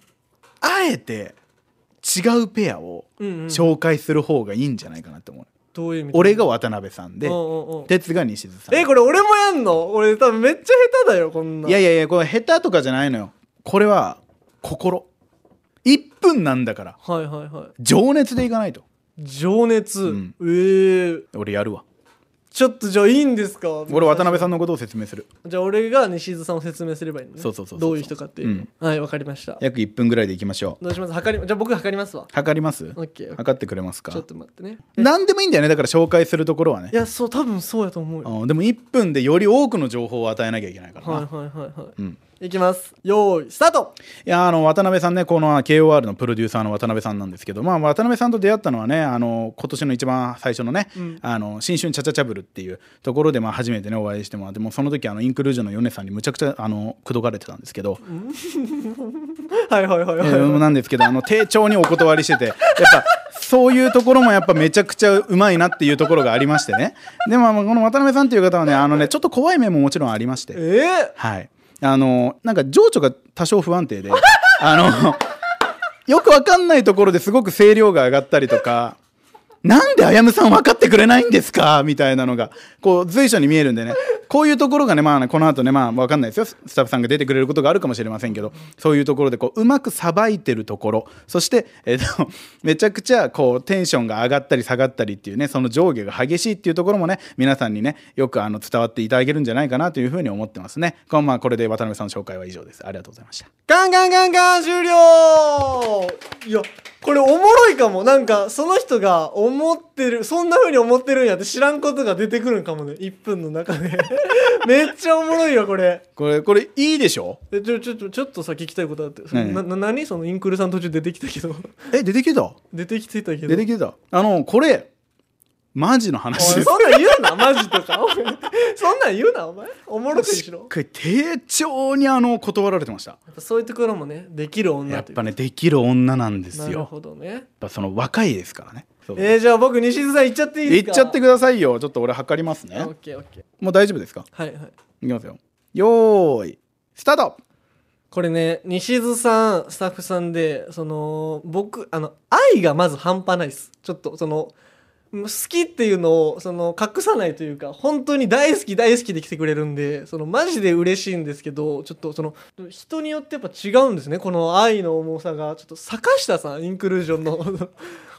Speaker 2: あえて違うペアを
Speaker 1: うん、うん、
Speaker 2: 紹介する方がいいんじゃないかなって思う、
Speaker 1: どういう意味
Speaker 2: 俺が渡辺さんで
Speaker 1: おうおうおう
Speaker 2: 鉄が西津さん
Speaker 1: えこれ俺もやんの俺多分めっちゃ下手だよこんない
Speaker 2: やいやいやこれ下手とかじゃないのよこれは心1分なんだから
Speaker 1: はいはいはい
Speaker 2: 情熱でいかないと
Speaker 1: 情熱、
Speaker 2: うん
Speaker 1: ええ
Speaker 2: 俺やるわ
Speaker 1: ちょっとじゃあいいんですか
Speaker 2: 俺渡辺さ
Speaker 1: ん
Speaker 2: んのことを説明する
Speaker 1: じゃあ俺が西津さんを説明すればいいのね
Speaker 2: そうそうそうそう
Speaker 1: どういう人かっていうの、はいわかりました
Speaker 2: 約1分ぐらいでいきましょう
Speaker 1: どうします測りじゃあ僕測りますわ
Speaker 2: 測ります
Speaker 1: オッケーオッケ
Speaker 2: 測ってくれます
Speaker 1: ーちょっ
Speaker 2: か
Speaker 1: と待ってね
Speaker 2: 何でもいいんだよねだから紹介するところはね
Speaker 1: いやそう多分そうやと思うよ
Speaker 2: うんでも1分でより多くの情報を与えなきゃいけないからな、
Speaker 1: はいはいはいはい、
Speaker 2: うん
Speaker 1: いきますよーいスタート
Speaker 2: いやあの渡辺さんねこの KOR のプロデューサーの渡辺さんなんですけど、まあ、渡辺さんと出会ったのはねあの今年の一番最初のね「
Speaker 1: うん
Speaker 2: あの新春チャチャチャブル」っていうところで、まあ、初めてねお会いしてもらってもうその時あのインクルージョンの米さんにむちゃくちゃあの口説かれてたんですけど、
Speaker 1: はいはいはい
Speaker 2: え
Speaker 1: はい、
Speaker 2: ーなんですけどあの丁重にお断りしててやっぱそういうところもやっぱめちゃくちゃうまいなっていうところがありましてねでもあのこの渡辺さんっていう方はねあのねちょっと怖い面ももちろんありまして
Speaker 1: ええ
Speaker 2: はい。あの、なんか情緒が多少不安定で、あの、よくわかんないところですごく声量が上がったりとか、なんであやむさん分かってくれないんですかみたいなのが、こう随所に見えるんでね、こういうところがね、まあね、この後ね、まあわかんないですよ、スタッフさんが出てくれることがあるかもしれませんけど、そういうところでこう、うまくさばいてるところ、そして、えっと、めちゃくちゃこう、テンションが上がったり下がったりっていうね、その上下が激しいっていうところもね、皆さんにね、よくあの伝わっていただけるんじゃないかなというふうに思ってますね。このまあ、これで渡辺さんの紹介は以上です。ありがとうございました。
Speaker 1: ガンガンガンガン終了いや、これおもろいかも。なんか、その人が思ってる、そんな風に思ってるんやって知らんことが出てくるんかもね。1分の中で。 めっちゃおもろいよ、これ。
Speaker 2: これ、これいいでしょ
Speaker 1: えちょ、ちょ、ちょ、ちょっとさ、聞きたいことあって。
Speaker 2: 何
Speaker 1: な、な、何そのインクルさん途中出てきたけど。
Speaker 2: え、出てきた
Speaker 1: 出てきてたけど。
Speaker 2: 出てきてた。あの、これ、マジの話
Speaker 1: おい
Speaker 2: です。
Speaker 1: そんなん言うな、マジとか。お前そんなん言うな、お前。おもろくにしろ。
Speaker 2: これ、丁重にあの、断られてました。
Speaker 1: やっぱそういうところもね、できる女
Speaker 2: やっ
Speaker 1: という
Speaker 2: ぱね、できる女なんです
Speaker 1: なる
Speaker 2: よ。やっ
Speaker 1: ほどね。
Speaker 2: ぱその若いですからね。そう
Speaker 1: えー、じゃあ僕、西津さん行っちゃっていいです
Speaker 2: いっ
Speaker 1: か
Speaker 2: ちゃってくださいよ。ちょっと俺測りますね
Speaker 1: オッ。ケーオッケー。
Speaker 2: もう大丈夫ですか
Speaker 1: はいはい。
Speaker 2: いきますよ。よーい、スタート
Speaker 1: これね西津さんスタッフさんでその僕あの愛がまず半端ないですちょっとその好きっていうのをその隠さないというか本当に大好き大好きで来てくれるんでそのマジで嬉しいんですけどちょっとその人によってやっぱ違うんですねこの愛の重さがちょっと坂下さんインクルージョンの こ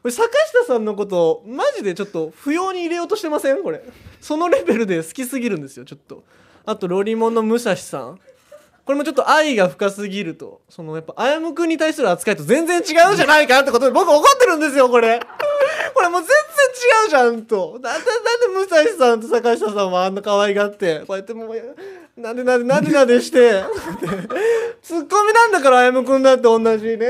Speaker 1: れ坂下さんのことマジでちょっと不要に入れようとしてませんこれそのレベルで好きすぎるんですよちょっとあとロリモンの武蔵さんこれもちょっと愛が深すぎるとそのやっぱあやむくんに対する扱いと全然違うじゃないかってことで僕怒ってるんですよこれ これもう全然違うじゃんとだってなんで武蔵さんと坂下さんはあんな可愛がってこうやってもうなんでなんでなんでなんでして ツッコミなんだからあやむくんだって同じね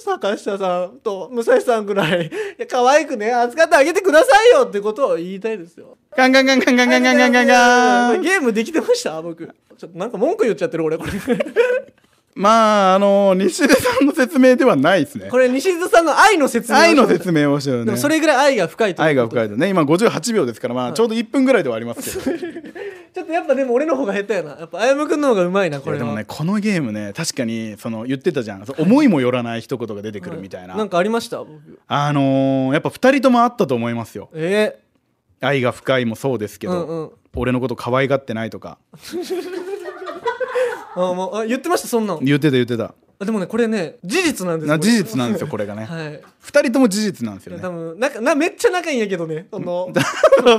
Speaker 1: 坂下さんと武蔵さんぐらいいや可愛くね扱ってあげてくださいよってことを言いたいですよ
Speaker 2: ガンガンガンガンガンガンガンガンガンガン
Speaker 1: ゲームできてました僕ちょっとなんか文句言っちゃってる俺これ
Speaker 2: まあ、あの、西出さんの説明ではないです ね
Speaker 1: こ。れ西津さんの愛の説明
Speaker 2: 愛の
Speaker 1: 明
Speaker 2: 説明をしてる
Speaker 1: で
Speaker 2: ね
Speaker 1: も。それぐらい愛が深いという
Speaker 2: 愛が深
Speaker 1: い
Speaker 2: いとね。今58秒ですから、まあ、ちょうど1分ぐらいではありますけど。
Speaker 1: ちょっとやっぱでも俺の方が下手やなやっぱあやむくんの方がうまいな こ
Speaker 2: こ
Speaker 1: れ
Speaker 2: れ
Speaker 1: は
Speaker 2: でもね、このゲームね、確かに、その、言ってたじゃん。そう思いもよらない一言が出てくるみたい
Speaker 1: なん
Speaker 2: な。
Speaker 1: かありました僕
Speaker 2: あのー、やっぱ2人ともあったと思いますよ。
Speaker 1: え
Speaker 2: 愛が深いもそうですけ
Speaker 1: ー、うんう
Speaker 2: ど、
Speaker 1: ん
Speaker 2: 俺のこと可愛がってないとか。
Speaker 1: あもうあ言ってましたそんなん
Speaker 2: 言ってた言ってた。
Speaker 1: あでもねこれね事実なんです
Speaker 2: な
Speaker 1: よ
Speaker 2: 事実なんですよこれがね
Speaker 1: はい
Speaker 2: 2人とも事実なんですよ
Speaker 1: 多
Speaker 2: ね
Speaker 1: 分なんかなめっちゃ仲いいんやけどねそ の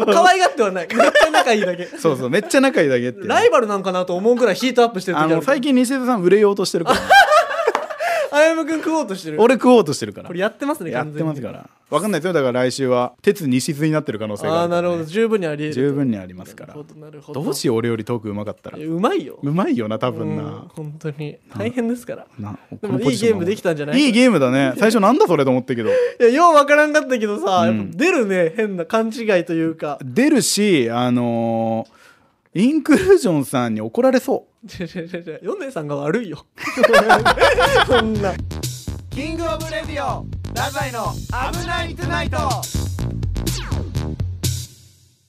Speaker 1: 可愛がってはないめっちゃ仲いいだけ
Speaker 2: そうそうめっちゃ仲いいだけっていう
Speaker 1: ライバルなんかなと思うぐらいヒートアップしてる時
Speaker 2: あ
Speaker 1: ある
Speaker 2: の最近西田さん売れようとしてるから
Speaker 1: あやむくん食おうとしてる
Speaker 2: 俺食おうとしてるから
Speaker 1: これやってますね
Speaker 2: やってます
Speaker 1: ら
Speaker 2: から分かんないですよだから来週は鉄西津になってる可能性が
Speaker 1: ああ
Speaker 2: あ
Speaker 1: ー
Speaker 2: るか
Speaker 1: な
Speaker 2: ら
Speaker 1: る
Speaker 2: ね
Speaker 1: ほど十分にありえる
Speaker 2: 十分にありますから
Speaker 1: なるほどなるほど
Speaker 2: どうしよう俺よりトークうまかったら
Speaker 1: いやうまいよ
Speaker 2: うまいよな多
Speaker 1: う
Speaker 2: 分
Speaker 1: ん
Speaker 2: な
Speaker 1: 本当に大変ですから
Speaker 2: な
Speaker 1: で
Speaker 2: この
Speaker 1: も
Speaker 2: ポ
Speaker 1: いい
Speaker 2: ジシ
Speaker 1: ゲ
Speaker 2: ョン
Speaker 1: ー
Speaker 2: は
Speaker 1: ムできたんじゃない
Speaker 2: いいゲームだね最初なんだそれと思ったけど
Speaker 1: いやようわからんかったけどさ、
Speaker 2: うん
Speaker 1: やっぱ出るね変な勘違いというか
Speaker 2: 出るしあのーインクルージョンさんに怒られそ
Speaker 1: 違う違う違う違うヨネさんが悪いよ そんな
Speaker 2: うキングオブレディオラザイの危ないトゥナイト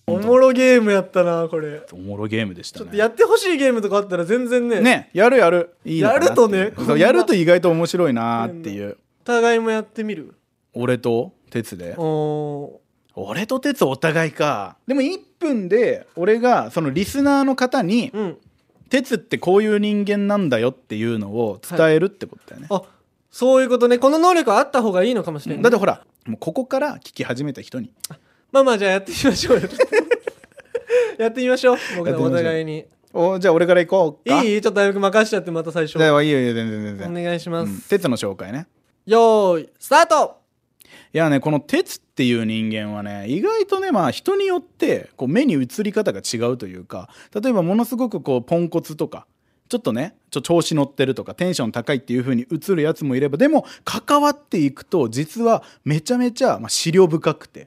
Speaker 1: おもろゲームやったなこれ
Speaker 2: おもろゲームでした
Speaker 1: ちょっ
Speaker 2: ね
Speaker 1: とやってほしいゲームとかあったら全然ね
Speaker 2: ねやるやるいいのかな
Speaker 1: や
Speaker 2: っていう
Speaker 1: るとね
Speaker 2: そうやると意外と面白いなーっていう
Speaker 1: お互いもやってみる
Speaker 2: 俺と鉄で
Speaker 1: お
Speaker 2: 俺と鉄お互いかでも1分で俺がそのリスナーの方に
Speaker 1: ーうん
Speaker 2: 鉄ってこういう人間なんだよっていうのを伝えるってことだよね、
Speaker 1: あそういうことねこの能力はあった方がいいのかもしれない、
Speaker 2: だってほらもうここから聞き始めた人に
Speaker 1: まあまあじゃあやってみましょうよ やってみましょう僕
Speaker 2: やってみま
Speaker 1: ら
Speaker 2: しょう
Speaker 1: お互いに
Speaker 2: おじゃあ俺から行こうかい
Speaker 1: いいちょっと早く任しちゃってまた最初
Speaker 2: じゃあいいよいいよ全然全
Speaker 1: お
Speaker 2: 然
Speaker 1: 願いします、
Speaker 2: うん鉄の紹介ね
Speaker 1: よーいスタート
Speaker 2: いやねこの鉄っていう人間はね意外とねまあ人によってこう目に映り方が違うというか例えばものすごくこうポンコツとかちょっとねちょ調子乗ってるとかテンション高いっていう風に映るやつもいればでも関わっていくと実はめちゃめちゃ、まあ、資料深くて、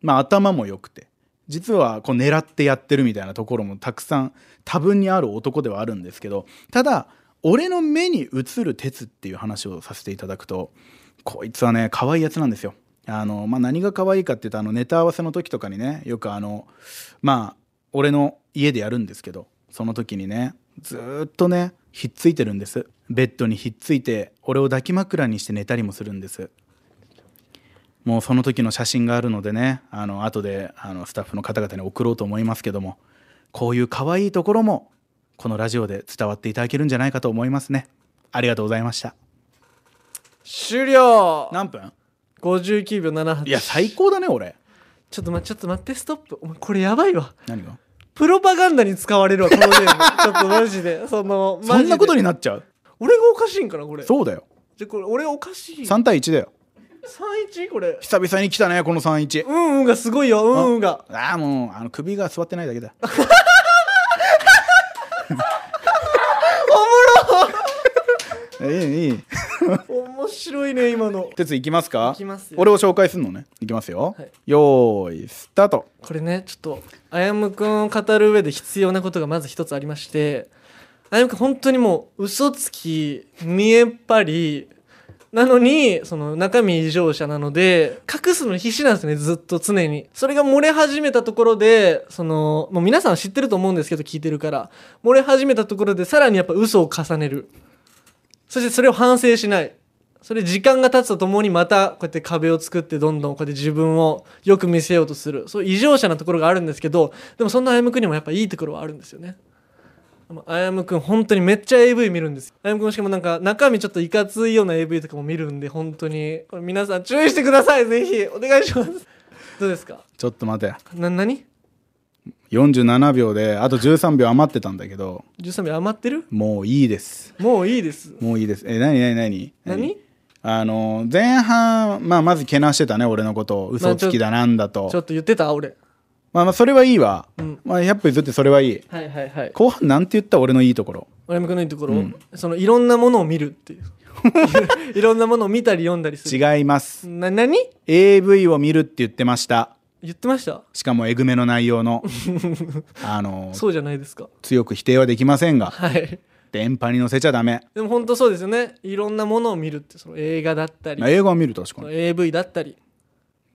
Speaker 2: まあ、頭も良くて実はこう狙ってやってるみたいなところもたくさん多分にある男ではあるんですけどただ俺の目に映る鉄っていう話をさせていただくとこいつはね可愛いやつなんですよ。あのまあ、何が可愛いかっていうとあのネタ合わせの時とかにねよくあのまあ俺の家でやるんですけどその時にねずーっとねひっついてるんですベッドにひっついて俺を抱き枕にして寝たりもするんですもうその時の写真があるのでねあの後であのスタッフの方々に送ろうと思いますけどもこういう可愛いところもこのラジオで伝わっていただけるんじゃないかと思いますねありがとうございました
Speaker 1: 終了
Speaker 2: 何分
Speaker 1: 59秒78
Speaker 2: いや最高だね俺
Speaker 1: ちょっと待ちょっと待ってストップお前これやばいわ
Speaker 2: 何が
Speaker 1: プロパガンダに使われるわこのゲ ームちょっとマジでそのマジで
Speaker 2: そんなことになっちゃう
Speaker 1: 俺がおかしいんかなこれ
Speaker 2: そうだよ
Speaker 1: じゃこれ俺おかしい
Speaker 2: 3対1だよ
Speaker 1: 31? これ
Speaker 2: 久々に来たねこの31
Speaker 1: うんうんがすごいようんうんが
Speaker 2: ああもうあの首が座ってないだ けだおもろ いいいい
Speaker 1: 面白いね今の
Speaker 2: 鉄いきますか
Speaker 1: いきますよ
Speaker 2: 俺を紹介するのねいきますよ、
Speaker 1: はい
Speaker 2: よーいスタート
Speaker 1: これねちょっとあやむくんを語る上で必要なことがまず一つありましてあやむくん本当にもう嘘つき見えっ張りなのにその中身異常者なので隠すのに必死なんですねずっと常にそれが漏れ始めたところでそのもう皆さんは知ってると思うんですけど聞いてるから漏れ始めたところでさらにやっぱ嘘を重ねるそしてそれを反省しない。それ時間が経つとともにまたこうやって壁を作ってどんどんこうやって自分をよく見せようとする。そういう異常者なところがあるんですけど、でもそんなあやむくんにもやっぱいいところはあるんですよね。でもあやむくん本当にめっちゃ AV 見るんですよ。あやむくんしかもなんか中身ちょっといかついような AV とかも見るんで本当に。これ皆さん注意してくださいぜひお願いします。 どうですか
Speaker 2: ちょっと待て
Speaker 1: な、なに
Speaker 2: 47秒であと13秒余ってたんだけど
Speaker 1: ?13 秒余ってる
Speaker 2: もういいです
Speaker 1: もういいです。
Speaker 2: もういいですえ何何何
Speaker 1: 何
Speaker 2: あの前半、まあ、まずけなしてたね俺のことを嘘つきだなんだと、
Speaker 1: ちょっと言ってた俺。
Speaker 2: まあ、まあそれはいいわ、
Speaker 1: うん
Speaker 2: まあ、100歩譲ってそれはいい
Speaker 1: はいはいはい。
Speaker 2: 後半なんて言った俺のいいところ
Speaker 1: 俺向くのいいところ、そのいろんなものを見るっていういろんなものを見たり読んだりする
Speaker 2: 違います
Speaker 1: な何
Speaker 2: AV を見るって言ってました
Speaker 1: 言ってました
Speaker 2: しかもえぐめの内 容のあの
Speaker 1: そうじゃないですか
Speaker 2: 強く否定はできませんが
Speaker 1: はい
Speaker 2: 電波に乗せちゃダメ、
Speaker 1: でも本当そうですよねいろんなものを見るってその映画だったり
Speaker 2: まあ、映画を見る確か
Speaker 1: その
Speaker 2: に
Speaker 1: AV だったり、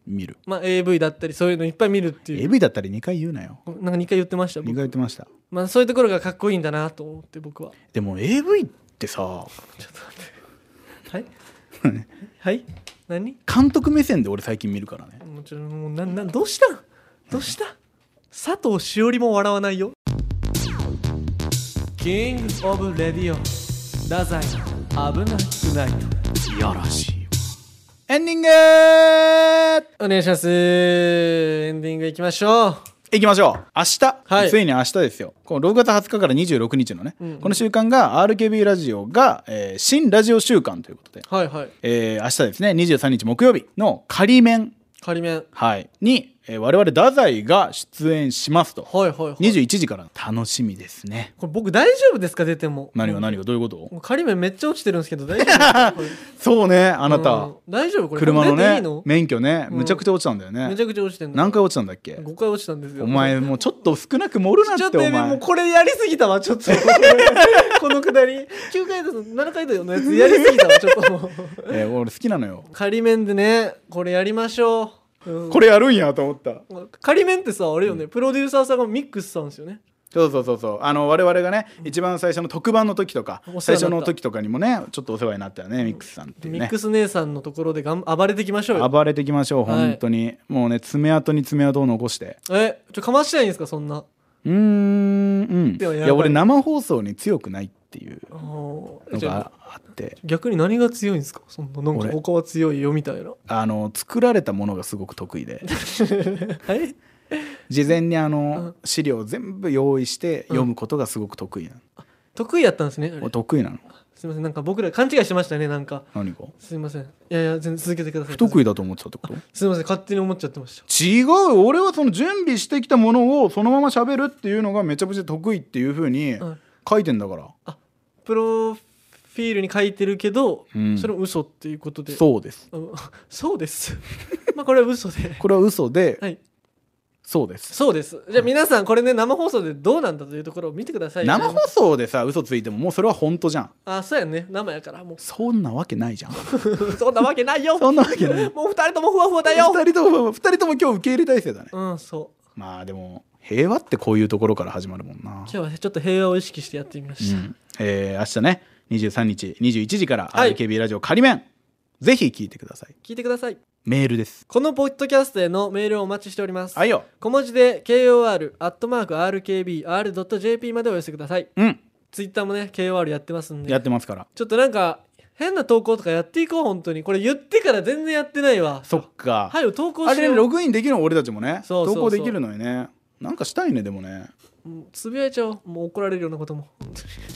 Speaker 2: 見る
Speaker 1: まあ、AV だったりそういうのいっぱい見るっていう
Speaker 2: AV だったり2回言うなよ
Speaker 1: なんか2回言ってました
Speaker 2: 2回
Speaker 1: 僕、
Speaker 2: 言ってました
Speaker 1: まあ、そういうところがかっこいいんだなと思って僕は
Speaker 2: でも AV ってさ
Speaker 1: はいはい何
Speaker 2: 監督目線で俺最近見るからね
Speaker 1: もうちょもうなんなんどうしたんどうした佐藤しおりも笑わないよキングオブレディオ太宰の危なくない
Speaker 2: いやらしいエンディング
Speaker 1: お願いしますエンディングいきましょう
Speaker 2: いきましょう明日、
Speaker 1: はい
Speaker 2: ついに明日ですよこの6月20日から26日のね、
Speaker 1: うん
Speaker 2: この週間が RKB ラジオが、えー新ラジオ週間ということで、
Speaker 1: はいはい
Speaker 2: えー明日ですね23日木曜日の仮面、
Speaker 1: 仮面はい
Speaker 2: はい、に、えー我々太宰が出演しますと
Speaker 1: はいはい
Speaker 2: 21時から楽しみですね
Speaker 1: これ僕大丈夫ですか出ても
Speaker 2: 何が何がどういうこと
Speaker 1: もう仮面めっちゃ落ちてるんですけど大丈夫これ
Speaker 2: そうねあな
Speaker 1: う
Speaker 2: た
Speaker 1: ん大丈夫これ
Speaker 2: 車の
Speaker 1: 出てい
Speaker 2: ね
Speaker 1: いの
Speaker 2: 免許ね
Speaker 1: うん
Speaker 2: むちゃくちゃ落ちたんだよね
Speaker 1: めちゃくちゃ落ちてんの
Speaker 2: 何回落ちたんだっけ
Speaker 1: 5回落ちたんですよ
Speaker 2: お前もうちょっと少なく盛るな
Speaker 1: ちょ
Speaker 2: っ
Speaker 1: ってと
Speaker 2: お
Speaker 1: やべも
Speaker 2: 前
Speaker 1: うこれやりすぎたわちょっ とこのくだり9回だと7回だよのやつやりすぎたわちょっと もう
Speaker 2: えー俺好きなのよ
Speaker 1: 仮面でねこれやりましょう、うん
Speaker 2: これやるんやと思った
Speaker 1: 仮面ってさあれよね、プロデューサーさんがミックスさんですよね
Speaker 2: そうそうそうそうあの我々がね一番最初の特番の時とか
Speaker 1: お世
Speaker 2: 最
Speaker 1: 話になった
Speaker 2: 初の時とかにもねちょっとお世話になったよねミックスさんっていう
Speaker 1: ミッ
Speaker 2: ね
Speaker 1: クス姉さんのところでがん暴れていきましょうよ
Speaker 2: 暴れていきましょう
Speaker 1: はい
Speaker 2: 本当にもうね爪痕に爪痕を残して
Speaker 1: えちょかましてないんですかそんな
Speaker 2: うーんうんい
Speaker 1: でもやっぱり
Speaker 2: や俺生放送に強くないっていう
Speaker 1: あーえ
Speaker 2: の
Speaker 1: じゃ
Speaker 2: が
Speaker 1: あ
Speaker 2: あって
Speaker 1: 逆に何が強いんですかそんななんか
Speaker 2: 俺
Speaker 1: 他は強いよみたいな
Speaker 2: あの作られたものがすごく得意で
Speaker 1: え
Speaker 2: 事前にあ
Speaker 1: うん
Speaker 2: の資料を全部用意して読むことがすごく得意なの
Speaker 1: 得意やったんですねあれ
Speaker 2: 俺得意なの
Speaker 1: すいませんなんか僕ら勘違いしてましたねなんか
Speaker 2: 何が
Speaker 1: すいませんいやいや全然続けてください
Speaker 2: 不得意だと思ってたってこと
Speaker 1: すいません勝手に思っちゃってました
Speaker 2: 違う俺はその準備してきたものをそのまま喋るっていうのがめちゃくちゃ得意っていうふうに
Speaker 1: うん
Speaker 2: 書いてんだから、
Speaker 1: プロフィールに書いてるけど、
Speaker 2: うん
Speaker 1: それも嘘っていうことでう
Speaker 2: そうです
Speaker 1: そうです まあこれは嘘で
Speaker 2: これは嘘で、
Speaker 1: はい
Speaker 2: そうです
Speaker 1: そうですじゃあ皆さんこれね生放送でどうなんだというところを見てください
Speaker 2: 生放送でさ嘘ついてももうそれは本当じゃん
Speaker 1: あそうやね生やからも
Speaker 2: そんなわけないじゃん
Speaker 1: うそんなわけないよ
Speaker 2: そんなわけない
Speaker 1: もう二人ともふわふわだよ
Speaker 2: 2人とも二人とも今日受け入れ体制だね
Speaker 1: うんそう
Speaker 2: まあでも平和ってこういうところから始まるもんな、
Speaker 1: 今日はちょっと平和を意識してやってみま
Speaker 2: う
Speaker 1: した、
Speaker 2: んえー明日ね23日21時から
Speaker 1: はい
Speaker 2: RKB ラジオ仮面、ぜひ聞いてください
Speaker 1: 聞いてください
Speaker 2: メールです
Speaker 1: このポッドキャストへのメールをお待ちしております
Speaker 2: はいよ
Speaker 1: 小文字で kor.rkbr.jp までお寄せください
Speaker 2: うん
Speaker 1: ツイッターもね KOR やってますんで
Speaker 2: やってますから
Speaker 1: ちょっとなんか変な投稿とかやっていこう本当にこれ言ってから全然やってないわ
Speaker 2: そっか、
Speaker 1: はい投稿
Speaker 2: あ
Speaker 1: し
Speaker 2: れ
Speaker 1: よ
Speaker 2: ね
Speaker 1: う
Speaker 2: ログインできるの俺たちもね
Speaker 1: そうそうそう
Speaker 2: 投稿できるのよねなんかしたいねでもね
Speaker 1: うんつぶやいちゃおうもう怒られるようなことも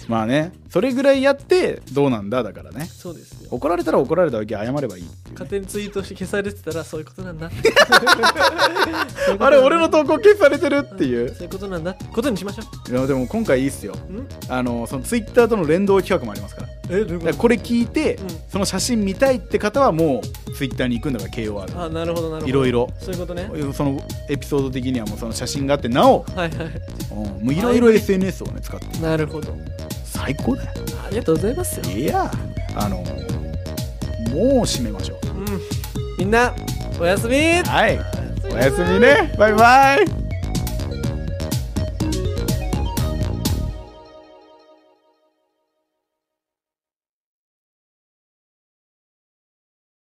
Speaker 2: まあねそれぐらいやってどうなんだだからね
Speaker 1: そうですよ
Speaker 2: 怒られたら怒られただけ謝ればいいっていうね
Speaker 1: 勝手にツイートして消されてたらそういうことなんだ
Speaker 2: あれ俺の投稿消されてるっていう
Speaker 1: そういうことなんだってことにしましょ
Speaker 2: いやでも今回いいっすよ
Speaker 1: ううん
Speaker 2: あのそのツイッターとの連動企画もありますから
Speaker 1: えどういう
Speaker 2: だからこれ聞いて、
Speaker 1: うん
Speaker 2: その写真見たいって方はもうツイッターに行くんだから KOR
Speaker 1: あなるほどなるほど
Speaker 2: いろいろ
Speaker 1: そういうことね
Speaker 2: そのエピソード的にはもうその写真があってなお、
Speaker 1: はいはい
Speaker 2: うんもういろいろ SNS をね使って
Speaker 1: なるほど
Speaker 2: 最高だよ
Speaker 1: ありがとうございますよ
Speaker 2: いやあのもう締めましょう
Speaker 1: うんみんなおやすみ
Speaker 2: はいおやすみねバイバイ